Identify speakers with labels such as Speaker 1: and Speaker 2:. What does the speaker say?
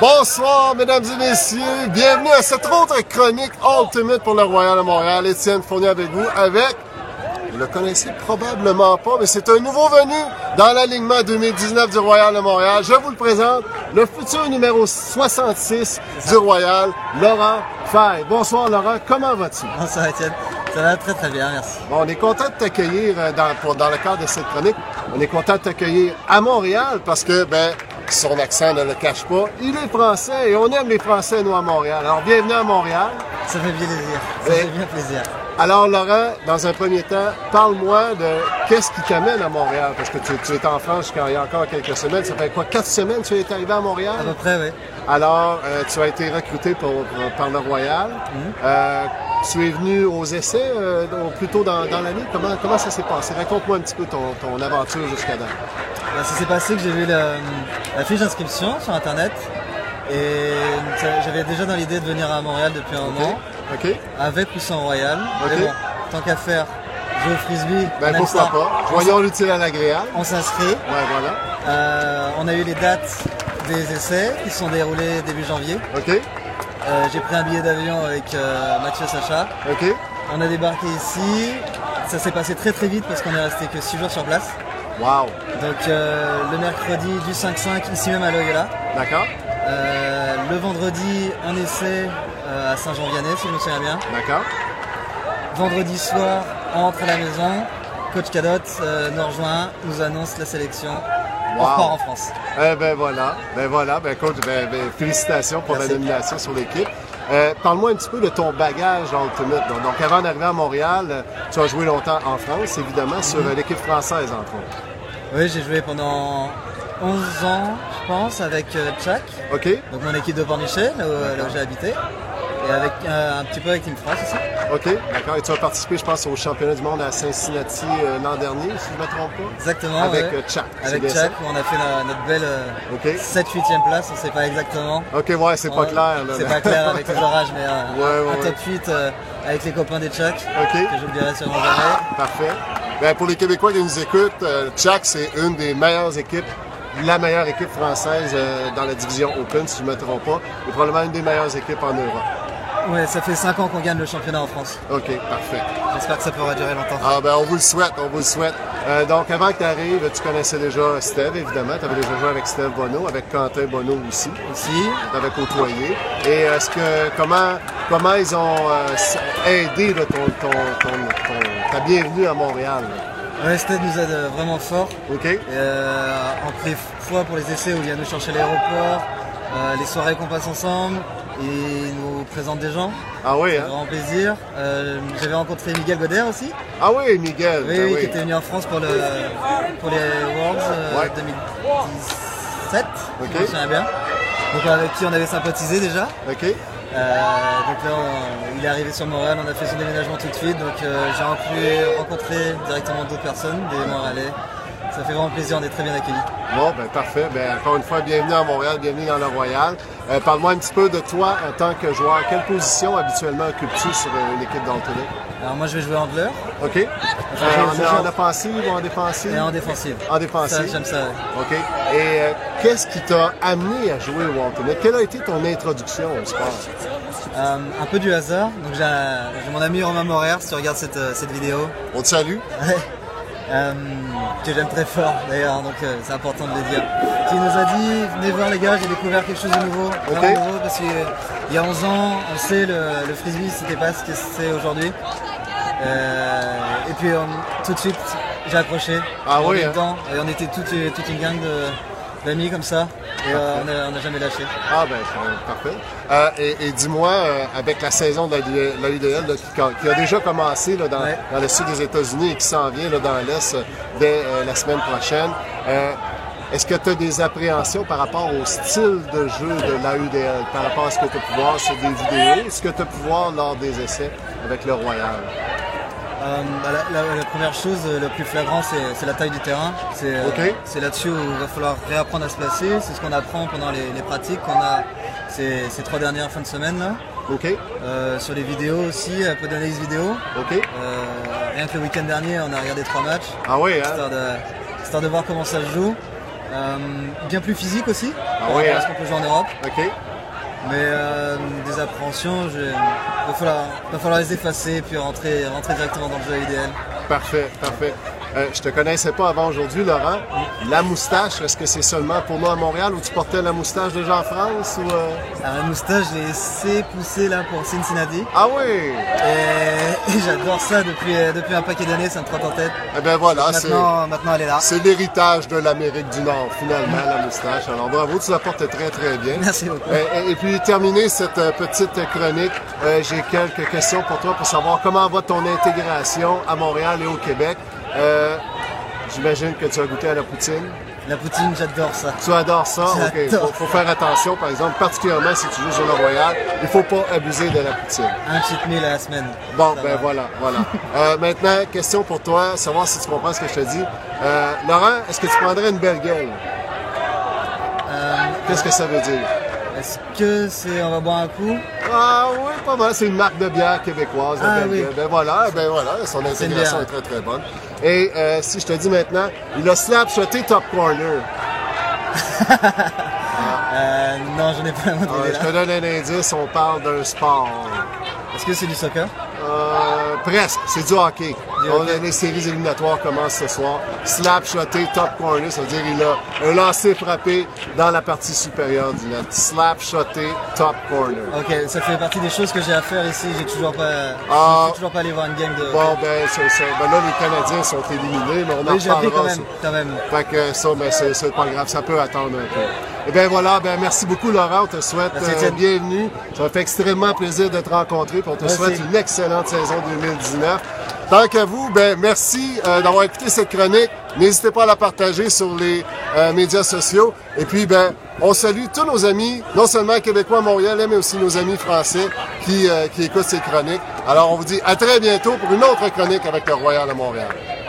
Speaker 1: Bonsoir, mesdames et messieurs. Bienvenue à cette autre chronique Ultimate pour le Royal de Montréal. Étienne Fournier avec vous, avec, vous le connaissez probablement pas, mais c'est un nouveau venu dans l'alignement 2019 du Royal de Montréal. Je vous le présente, le futur numéro 66 du Royal, Laurent Fay. Bonsoir, Laurent. Comment vas-tu?
Speaker 2: Bonsoir Étienne, ça va très très bien, merci.
Speaker 1: Bon, on est content de t'accueillir euh, dans, pour- dans le cadre de cette chronique. On est content de t'accueillir à Montréal parce que, ben, son accent ne le cache pas. Il est français et on aime les Français, nous, à Montréal. Alors, bienvenue à Montréal.
Speaker 2: Ça fait bien plaisir, ça
Speaker 1: Oui.
Speaker 2: fait bien plaisir.
Speaker 1: Alors, Laurent, dans un premier temps, parle-moi de qu'est-ce qui t'amène à Montréal. Parce que tu, tu es en France jusqu'à il y a encore quelques semaines. Ça fait quoi, quatre semaines que tu es arrivé à
Speaker 2: À peu
Speaker 1: Montréal?
Speaker 2: près, oui.
Speaker 1: Alors, euh, tu as été recruté pour- pour- par le Royal. Euh, tu es venu aux essais euh, au- plus tôt dans, dans l'année. Comment, comment ça s'est passé? Raconte-moi un petit peu ton, ton aventure jusqu'à là.
Speaker 2: Ben, ça s'est passé que j'ai vu la, la fiche d'inscription sur internet et ça- j'avais déjà dans l'idée de venir à Montréal depuis un moment,
Speaker 1: OK?
Speaker 2: avec ou sans Royal.
Speaker 1: Ok.
Speaker 2: Mais bon, tant qu'à faire, jouer au frisbee,
Speaker 1: Ben,
Speaker 2: on aime
Speaker 1: pourquoi
Speaker 2: ça.
Speaker 1: pas? Voyons l'utile à l'agréable.
Speaker 2: On s'inscrit.
Speaker 1: Ouais, voilà.
Speaker 2: Euh, on a eu les dates des essais qui se sont déroulés début janvier.
Speaker 1: OK?
Speaker 2: Euh, j'ai pris un billet d'avion avec euh, Mathieu Sacha.
Speaker 1: OK?
Speaker 2: On a débarqué ici. Ça s'est passé très très vite parce qu'on est resté que 6 jours sur place.
Speaker 1: Wow!
Speaker 2: Donc euh, le mercredi du 5-5 ici même à Loyola.
Speaker 1: D'accord?
Speaker 2: Euh, le vendredi un essai euh, à Saint-Jean-Vianney si je me souviens bien.
Speaker 1: D'accord?
Speaker 2: Vendredi soir on rentre à la maison. Coach Cadotte euh, nous rejoint, nous annonce la sélection. On
Speaker 1: Wow.
Speaker 2: repart en France.
Speaker 1: Eh ben voilà, ben voilà, ben coach, ben, ben, félicitations pour la
Speaker 2: Merci.
Speaker 1: nomination sur l'équipe. Euh, Parle-moi un petit peu de ton bagage dans Ultimate. Donc, donc, avant d'arriver à Montréal, euh, tu as joué longtemps en France, évidemment,
Speaker 2: Mhm.
Speaker 1: sur euh, l'équipe française, entre autres.
Speaker 2: Oui j'ai joué pendant 11 ans je pense avec euh, Tchak,
Speaker 1: OK?
Speaker 2: donc mon équipe de Pornichet, là où, là où j'ai habité. Et avec euh, un petit peu avec Team France aussi.
Speaker 1: OK? D'accord. Et tu as participé, je pense, au championnat du monde à Cincinnati euh, l'an dernier, si je ne me trompe pas?
Speaker 2: Exactement.
Speaker 1: Avec
Speaker 2: ouais.
Speaker 1: euh, Chuck. c'est
Speaker 2: Avec
Speaker 1: bien
Speaker 2: Chuck, où on a fait la- notre belle euh,
Speaker 1: Ok.
Speaker 2: 7-8e place, on sait pas exactement.
Speaker 1: ça? OK, ouais, c'est pas
Speaker 2: On-
Speaker 1: clair. là.
Speaker 2: C'est pas clair avec les orages, mais euh,
Speaker 1: Ouais, ouais,
Speaker 2: un top
Speaker 1: ouais.
Speaker 2: 8 euh, avec les copains des Chuck,
Speaker 1: Ok.
Speaker 2: que je vous dirai sûrement jamais.
Speaker 1: Parfait. Ben, pour les Québécois qui nous écoutent, euh, Jack, c'est une des meilleures équipes, la meilleure équipe française euh, dans la division Open, si je ne me trompe pas, et probablement une des meilleures équipes en Europe.
Speaker 2: Ouais, ça fait 5 ans qu'on gagne le championnat en France.
Speaker 1: OK, parfait.
Speaker 2: J'espère que ça pourra durer longtemps.
Speaker 1: Ah, ben, on vous le souhaite, on vous le souhaite. Euh, donc, avant que tu arrives, tu connaissais déjà Steve, évidemment. Tu avais déjà joué avec Steve Bonneau, avec Quentin Bonneau aussi.
Speaker 2: Aussi,
Speaker 1: T'avais côtoyé. Et euh, est-ce que comment comment ils ont euh, s- aidé là, ton, ton, ton- ton- ta bienvenue à Montréal? là?
Speaker 2: ouais, Stade nous aide euh, vraiment fort.
Speaker 1: OK?
Speaker 2: Et, euh, on prie foi pour les essais où il vient nous chercher à l'aéroport, euh, les soirées qu'on passe ensemble, et il nous présente des gens.
Speaker 1: Ah oui,
Speaker 2: C'est
Speaker 1: hein?
Speaker 2: Grand plaisir. Euh, J'avais rencontré Miguel Goder aussi.
Speaker 1: Ah oui, Miguel.
Speaker 2: Oui,
Speaker 1: ben
Speaker 2: oui, qui était venu en France pour, le, pour les Worlds euh,
Speaker 1: Ouais.
Speaker 2: 2017, si
Speaker 1: Ok.
Speaker 2: je me souviens bien. Donc avec qui on avait sympathisé déjà.
Speaker 1: OK?
Speaker 2: Euh, donc là, on- il est arrivé sur Montréal, on a fait son déménagement tout de suite. Donc euh, j'ai rencontré, rencontré directement d'autres personnes, des Montréalais. Ça fait vraiment plaisir, on est très bien accueillis.
Speaker 1: Bon, ben parfait. Ben, encore une fois, bienvenue à Montréal, bienvenue dans le Royal. Euh, Parle-moi un petit peu de toi en tant que joueur. Quelle position habituellement occupes-tu sur euh, une équipe d'Antonio?
Speaker 2: Alors moi, je vais jouer en bleu
Speaker 1: OK? Euh,
Speaker 2: je-
Speaker 1: en, en
Speaker 2: je-
Speaker 1: offensive ou en défensive?
Speaker 2: et en défensive.
Speaker 1: En défensive.
Speaker 2: Ça, J'aime ça. ouais.
Speaker 1: OK. Et euh, qu'est-ce qui t'a amené à jouer au Antonio? Quelle a été ton introduction au sport?
Speaker 2: Euh, un peu du hasard. Donc j'ai un- j'ai mon ami Romain Morer, si tu regardes cette, euh, cette vidéo.
Speaker 1: On te salue.
Speaker 2: Ouais. Euh, que j'aime très fort d'ailleurs, donc euh, c'est important de le dire. Qui nous a dit, venez voir les gars, j'ai découvert quelque chose de nouveau. vraiment
Speaker 1: Ok.
Speaker 2: nouveau, parce qu'il y a 11 ans, on sait, le, le frisbee, c'était pas ce que c'est aujourd'hui. Euh, et puis euh, tout de suite, j'ai accroché.
Speaker 1: Ah
Speaker 2: On
Speaker 1: oui,
Speaker 2: est
Speaker 1: hein.
Speaker 2: dedans, et on était toute, toute une gang de- d'amis comme ça, et euh, on a- on n'a jamais lâché.
Speaker 1: Ah ben euh, parfait. Euh, et et dis-moi, euh, avec la saison de la, E, la UDL là, qui, qui a déjà commencé là, dans,
Speaker 2: Ouais.
Speaker 1: dans le sud des États-Unis et qui s'en vient là, dans l'Est euh, dès euh, la semaine prochaine, euh, est-ce que tu as des appréhensions par rapport au style de jeu de la UDL, par rapport à ce que tu as pu voir sur des vidéos, ce que tu as pu voir lors des essais avec le Royal?
Speaker 2: Euh, bah, la, la- la première chose, euh, le plus flagrant, c'est c'est la taille du terrain. C'est euh,
Speaker 1: Ok.
Speaker 2: c'est là-dessus où il va falloir réapprendre à se placer. C'est ce qu'on apprend pendant les, les pratiques qu'on a ces, ces trois dernières fins de semaine. là.
Speaker 1: OK?
Speaker 2: Euh, sur les vidéos aussi, un peu d'analyse vidéo.
Speaker 1: OK?
Speaker 2: Euh, rien que le week-end dernier, on a regardé trois matchs,
Speaker 1: Ah oui, hein?
Speaker 2: histoire de, histoire de voir comment ça se joue. Euh, bien plus physique aussi, par
Speaker 1: oui,
Speaker 2: rapport à
Speaker 1: hein.
Speaker 2: ce qu'on peut jouer en Europe.
Speaker 1: OK.
Speaker 2: Mais euh, des appréhensions, je... va, falloir, va falloir les effacer et puis rentrer, rentrer directement dans le jeu idéal.
Speaker 1: Parfait, parfait. Euh, je te connaissais pas avant aujourd'hui, Laurent. La moustache, est-ce que c'est seulement pour moi à Montréal où tu portais la moustache déjà en France ou euh?
Speaker 2: Alors, la Ah, moustache, je l'ai laissé pousser là pour Cincinnati.
Speaker 1: Ah oui!
Speaker 2: Et, et j'adore ça depuis, euh, depuis un paquet d'années, ça me trotte en tête.
Speaker 1: Eh bien voilà, c'est
Speaker 2: Maintenant, maintenant, elle est là.
Speaker 1: c'est l'héritage de l'Amérique du Nord, finalement, la moustache. Alors bravo, tu la portes très très bien.
Speaker 2: Merci beaucoup.
Speaker 1: Euh, Et, et puis terminer cette euh, petite chronique, euh, j'ai quelques questions pour toi pour savoir comment va ton intégration à Montréal et au Québec. Euh, J'imagine que tu as goûté à la poutine.
Speaker 2: La poutine, j'adore ça.
Speaker 1: Tu adores ça? OK.
Speaker 2: J'adore.
Speaker 1: Faut, faut faire attention, par exemple, particulièrement si tu joues sur le Royal, il faut pas abuser de la poutine.
Speaker 2: Un cheat meal à la semaine.
Speaker 1: Bon,
Speaker 2: Ça
Speaker 1: ben
Speaker 2: va.
Speaker 1: voilà, voilà. Euh, maintenant, question pour toi, savoir si tu comprends ce que je te dis. Euh, Laurent, est-ce que tu prendrais une belle gueule?
Speaker 2: Euh,
Speaker 1: Qu'est-ce que ça veut dire?
Speaker 2: Est-ce que c'est on va boire un coup
Speaker 1: Ah oui, pas mal. C'est une marque de bière québécoise, la
Speaker 2: Ah,
Speaker 1: Belle
Speaker 2: oui.
Speaker 1: Gueule. Ben voilà, ben voilà, son
Speaker 2: C'est une
Speaker 1: intégration est très très bonne. Et euh, si je te dis maintenant, il a slap shoté top corner.
Speaker 2: euh, Non, je n'ai pas la moindre
Speaker 1: Euh,
Speaker 2: idée
Speaker 1: je
Speaker 2: là.
Speaker 1: te donne un indice, on parle d'un sport.
Speaker 2: Est-ce que c'est du soccer
Speaker 1: Euh, presque, c'est du hockey.
Speaker 2: Du
Speaker 1: On
Speaker 2: hockey.
Speaker 1: a les séries éliminatoires commencent ce soir. Slap shoté top corner, ça veut dire il a un lancer frappé dans la partie supérieure du net. Slap shoté top corner.
Speaker 2: Ok, ça fait partie des choses que j'ai à faire ici. J'ai toujours pas,
Speaker 1: Ah.
Speaker 2: je suis toujours pas allé voir une game de.
Speaker 1: Bon ben, c'est ça. ben là les Canadiens sont éliminés, mais on en
Speaker 2: Mais j'ai appris quand
Speaker 1: reparlera.
Speaker 2: même,
Speaker 1: ça.
Speaker 2: quand même.
Speaker 1: Fait que ça, ben, c'est, c'est pas grave, ça peut attendre un peu. Eh bien voilà, ben, merci beaucoup Laurent, on te souhaite
Speaker 2: Merci,
Speaker 1: euh,
Speaker 2: Étienne.
Speaker 1: bienvenue. Ça fait extrêmement plaisir de te rencontrer, puis on te
Speaker 2: Merci.
Speaker 1: souhaite une excellente saison 2019. Tant qu'à vous, ben, merci euh, d'avoir écouté cette chronique. N'hésitez pas à la partager sur les euh, médias sociaux. Et puis, ben, on salue tous nos amis, non seulement québécois à Montréal, mais aussi nos amis français qui, euh, qui écoutent ces chroniques. Alors, on vous dit à très bientôt pour une autre chronique avec le Royal de Montréal.